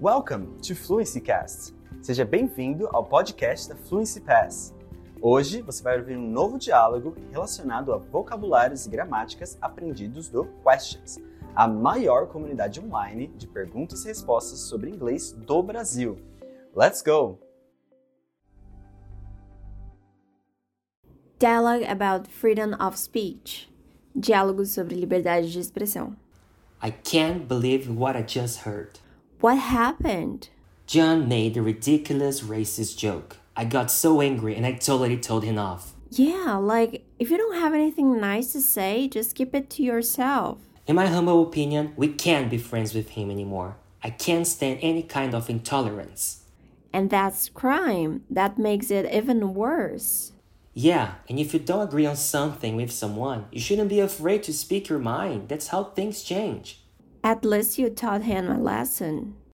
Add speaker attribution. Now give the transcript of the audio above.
Speaker 1: Welcome to Fluency Cast. Seja bem-vindo ao podcast da Fluency Pass. Hoje você vai ouvir um novo diálogo relacionado a vocabulários e gramáticas aprendidos do Questions, a maior comunidade online de perguntas e respostas sobre inglês do Brasil. Let's go!
Speaker 2: Dialogue about freedom of speech. Diálogo sobre liberdade de expressão.
Speaker 3: I can't believe what I just heard.
Speaker 2: What happened?
Speaker 3: John made a ridiculous racist joke. I got so angry and I totally told him off.
Speaker 2: Yeah, like if you don't have anything nice to say, just keep it to yourself.
Speaker 3: In my humble opinion, we can't be friends with him anymore. I can't stand any kind of intolerance.
Speaker 2: And that's crime. That makes it even worse.
Speaker 3: Yeah, and if you don't agree on something with someone, you shouldn't be afraid to speak your mind. That's how things change.
Speaker 2: At least you taught him a lesson.